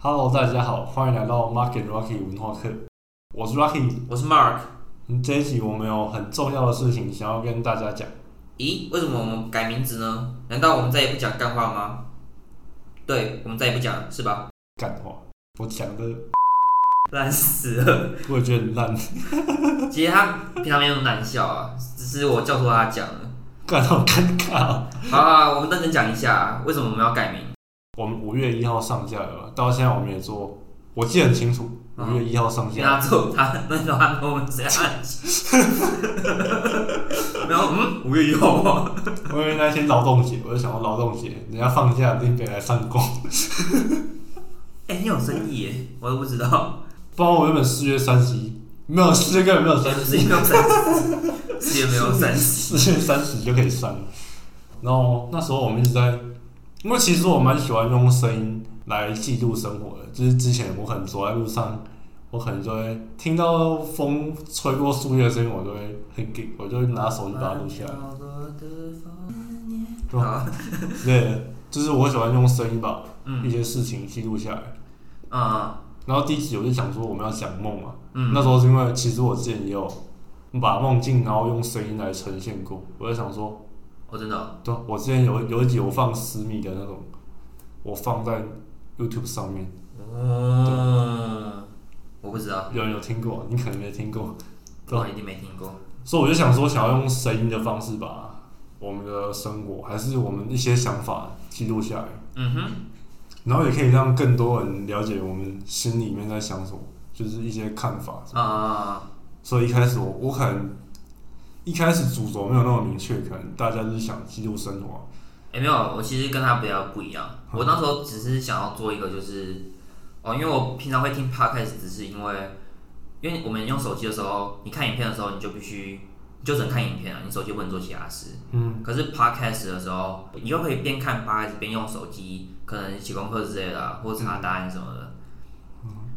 Hello，大家好，欢迎来到 Market Rocky 文化课，我是 Rocky。我是 Mark。嗯这一集我们有很重要的事情想要跟大家讲，咦，为什么我们改名字呢？难道我们再也不讲干话吗？对，我们再也不讲了，是吧？干话，我讲的烂死了。 我也觉得很烂， 其实他平常没有那么难笑啊，只是我叫错他讲了。干好尴尬哦。好啊，我们认真讲一下，啊为什么我们要改名？我们五月一号上架了吧，到现在我们也做，我记得很清楚，五嗯月一号上因为架。他揍他，那时候他跟我们这样。 然后嗯，五月一号吗？因为那天劳动节，我就想到劳动节，人家放假一定得来上工。哎、你有生意耶，我都不 知道，不然我原本四月三十一，没有四月根本没有三十事业没有三十，事业没有三十。四月三十就可以上了。然后那时候我们一直在，因为其实我蛮喜欢用声音来记录生活的，就是之前我可能走在路上，我可能就会听到风吹过树叶的声音，我就会很给， 我就会拿手机把它录下来。对好，对，就是我喜欢用声音把一嗯些事情记录下来。啊然后第一集我就想说我们要讲梦嘛，嗯，那时候是因为其实我之前也有把梦境，然后用声音来呈现过，我就想说我真的哦、对啊，我之前有有一集我放私密的那种，我放在 YouTube 上面，哦，我不知道，有人有听过，你可能没听过，对啊我一定没听过。所以我就想说，想要用声音的方式把我们的生活还是我们一些想法记录下来，嗯哼，然后也可以让更多人了解我们心里面在想什么，就是一些看法。啊、所以一开始我我可能一开始主轴没有那么明确，可能大家就是想记录生活啊，欸也、没有，我其实跟他比较不一样。我那时候只是想要做一个，就是哦，因为我平常会听 podcast，只是因为，因为我们用手机的时候，你看影片的时候，你就必须，你就只能看影片啊，你手机不能做其他事。嗯，可是 podcast 的时候，你又可以边看 podcast 边用手机，可能写功课之类的、啊，或者查答案什么的。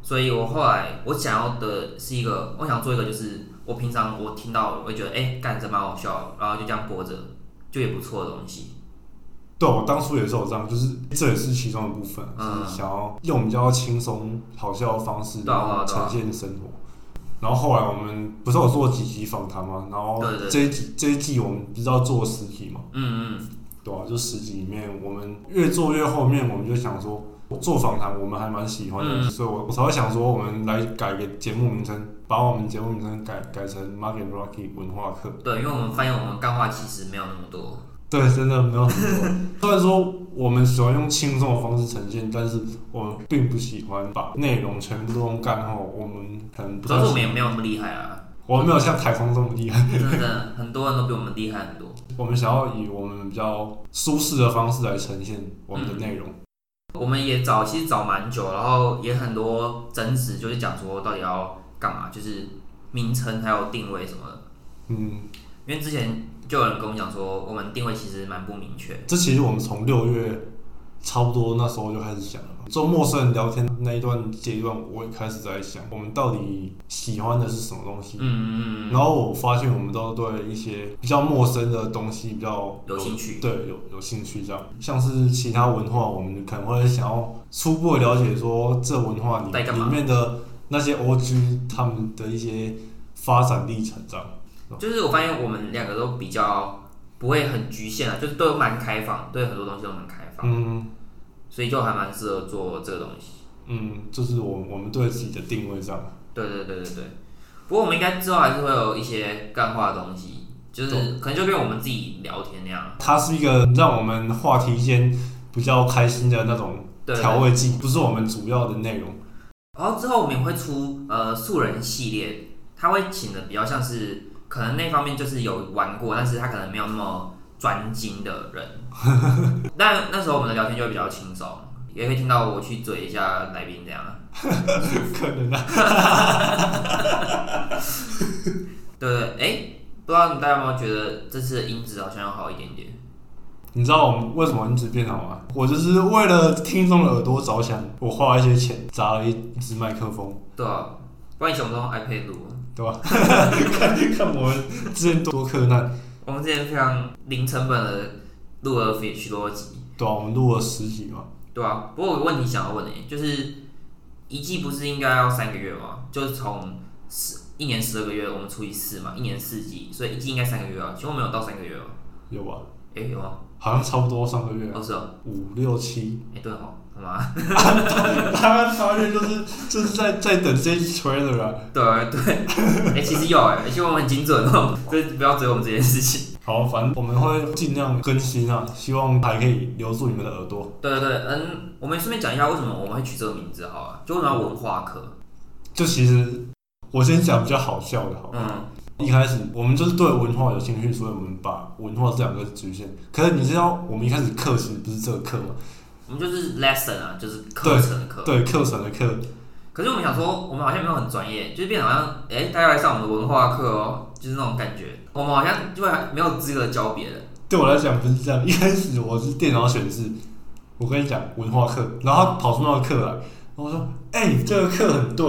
所以我后来我想要的是一个，我想做一个，就是我平常我听到我会觉得，哎、干这蛮好笑的，然后就这样播着，就也不错的东西。对，我当初也是有这样，就是这也是其中一部分，嗯就是想要用比较轻松好笑的方式，对然啊对后啊对呈啊现生活。然后后来我们不是有做几集访谈吗？然后对对对这一集这一季我们不是要做十集嘛？嗯嗯，对啊，就十集里面，我们越做越后面，我们就想说做访谈，我们还蛮喜欢的，嗯所以我我才会想说，我们来改个节目名称，把我们节目名称改改成 Market Rocky 文化课。对，因为我们发现我们干话其实没有那么多。对，真的没有很多。虽然说我们喜欢用轻松的方式呈现，但是我们并不喜欢把内容全部都用干后，我们可能不主太要是我喜们欢。也没有那么厉害啊，我们没有像台风这么厉害，真的真的，很多人都比我们厉害很多。我们想要以我们比较舒适的方式来呈现我们的内容。我们也找，其实找蛮久，然后也很多争执，就是讲说到底要干嘛，就是名称还有定位什么的。嗯，因为之前就有人跟我讲说，我们定位其实蛮不明确。这其实我们从六月差不多那时候就开始想了吧。做陌生人聊天那一段阶段，我也开始在想，我们到底喜欢的是什么东西。嗯嗯嗯，然后我发现我们都对一些比较陌生的东西比较有兴趣。对，有有兴趣这样。像是其他文化，我们可能会想要初步地了解说这文化里在干里嘛面的那些 OG 他们的一些发展历程这样。就是我发现我们两个都比较不会很局限啊，就是都蛮开放，对很多东西都蛮开放，嗯所以就还蛮适合做这个东西。嗯，就是我我们对自己的定位这样。对对对对对。不过我们应该之后还是会有一些干话的东西，就是可能就跟我们自己聊天那样。它是一个让我们话题间比较开心的那种对对对调味剂，不是我们主要的内容。 然后之后我们也会出呃素人系列，他会请的比较像是可能那方面就是有玩过，但是他可能没有那么专精的人。但那时候我们的聊天就会比较轻松，也会听到我去嘴一下来宾这样。可能啊，对对，哎、不知道大家有没有觉得这次的音质好像要好一点点？你知道我们为什么音质变好吗？我就是为了听众的耳朵着想，我花一些钱砸了一一支麦克风。 对啊，不然以前我们都用 iPad 录，对吧？看看我们之前多困难，我们之前非常零成本的录了许许多集。啊对吧、我们录了十几嘛，对啊，不过有个问题想要问你、就是一季不是应该要三个月吗？就是从十一年十二个月，我们除以四嘛，一年四季，所以一季应该三个月啊。请问没有到三个月吗？有吧？诶，有啊，好像差不多三个月，哦是哦，五六七， 诶，对哦，他妈，他们发现就是就是在在等这一 trailer 啊。 对对，诶，其实有诶，其实我们很精准哦，这不要追我们这件事情。好，反正我们会尽量更新啊，希望还可以留住你们的耳朵。对对对，嗯，我们顺便讲一下为什么我们会取这个名字好了，就为什么要文化课？就其实我先讲比较好笑的好了，嗯，一开始我们就是对文化有兴趣，所以我们把文化这两个局限。可是你知道，我们一开始课其实不是这个课嘛？我们就是 lesson 啊，就是课程的课。对，课程的课。可是我们想说，我们好像没有很专业，就是变得好像，哎、大家来上我们的文化课哦，就是那种感觉。我们好像就还没有资格教别人。对我来讲不是这样，一开始我是电脑显示，我跟你讲文化课，然后他跑出那个课来，然后我说：“哎、这个课很对，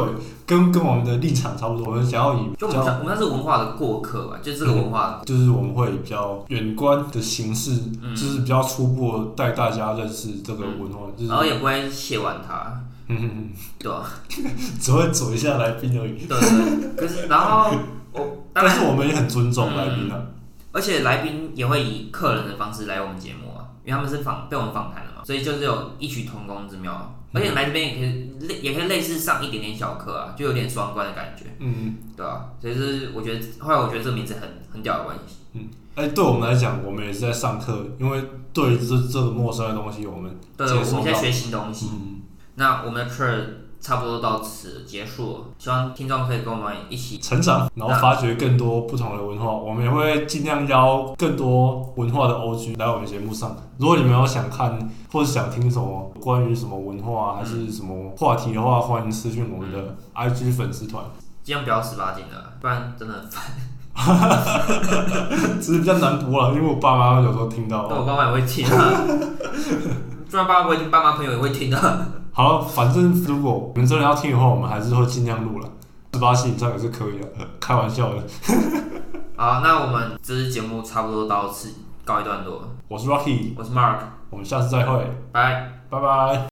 跟跟我们的立场差不多，我们想要哎以比就我们较算我们算是文化的过客吧，就是这个文化。就是我们会比较远观的形式，嗯就是比较初步地带大家认识这个文化，嗯就是然后也不会亵玩他，嗯哼哼对吧？只会走一下来宾而已。对对对。可是，然后我但当然，是我们也很尊重来宾啊，而且来宾也会以客人的方式来我们节目啊，因为他们是访被我们访谈的嘛，所以就是有异曲同工之妙啊。而且来这边也可以类也可以类似上一点点小课啊，就有点双关的感觉，嗯，对吧、所以就是我觉得后来我觉得这个名字很很屌的关系。哎、对我们来讲，我们也是在上课，因为对于这这个陌生的东西，我们对，接我收们在到，学新东西。嗯，那我们的 prayer 差不多到此结束了，希望听众可以跟我们一起。成长，然后发掘更多不同的文化，我们也会尽量邀更多文化的 OG 来我们节目上。如果你们有想看或者想听什么关于什么文化啊还是什么话题的话，欢迎私讯我们的 IG 粉丝团，尽量不要十八禁的，不然真的很烦。只是比较难播了，因为我爸妈有时候听到但。我爸妈也会 听啊，虽然爸妈不会听，爸妈朋友也会听啊。 好了，反正如果你们真的要听的话，我们还是会尽量录了。十八岁以上也是可以的，开玩笑的。好，那我们这期节目差不多到此告一段落。我是 Rocky，我是 Mark，我们下次再会，拜。拜拜。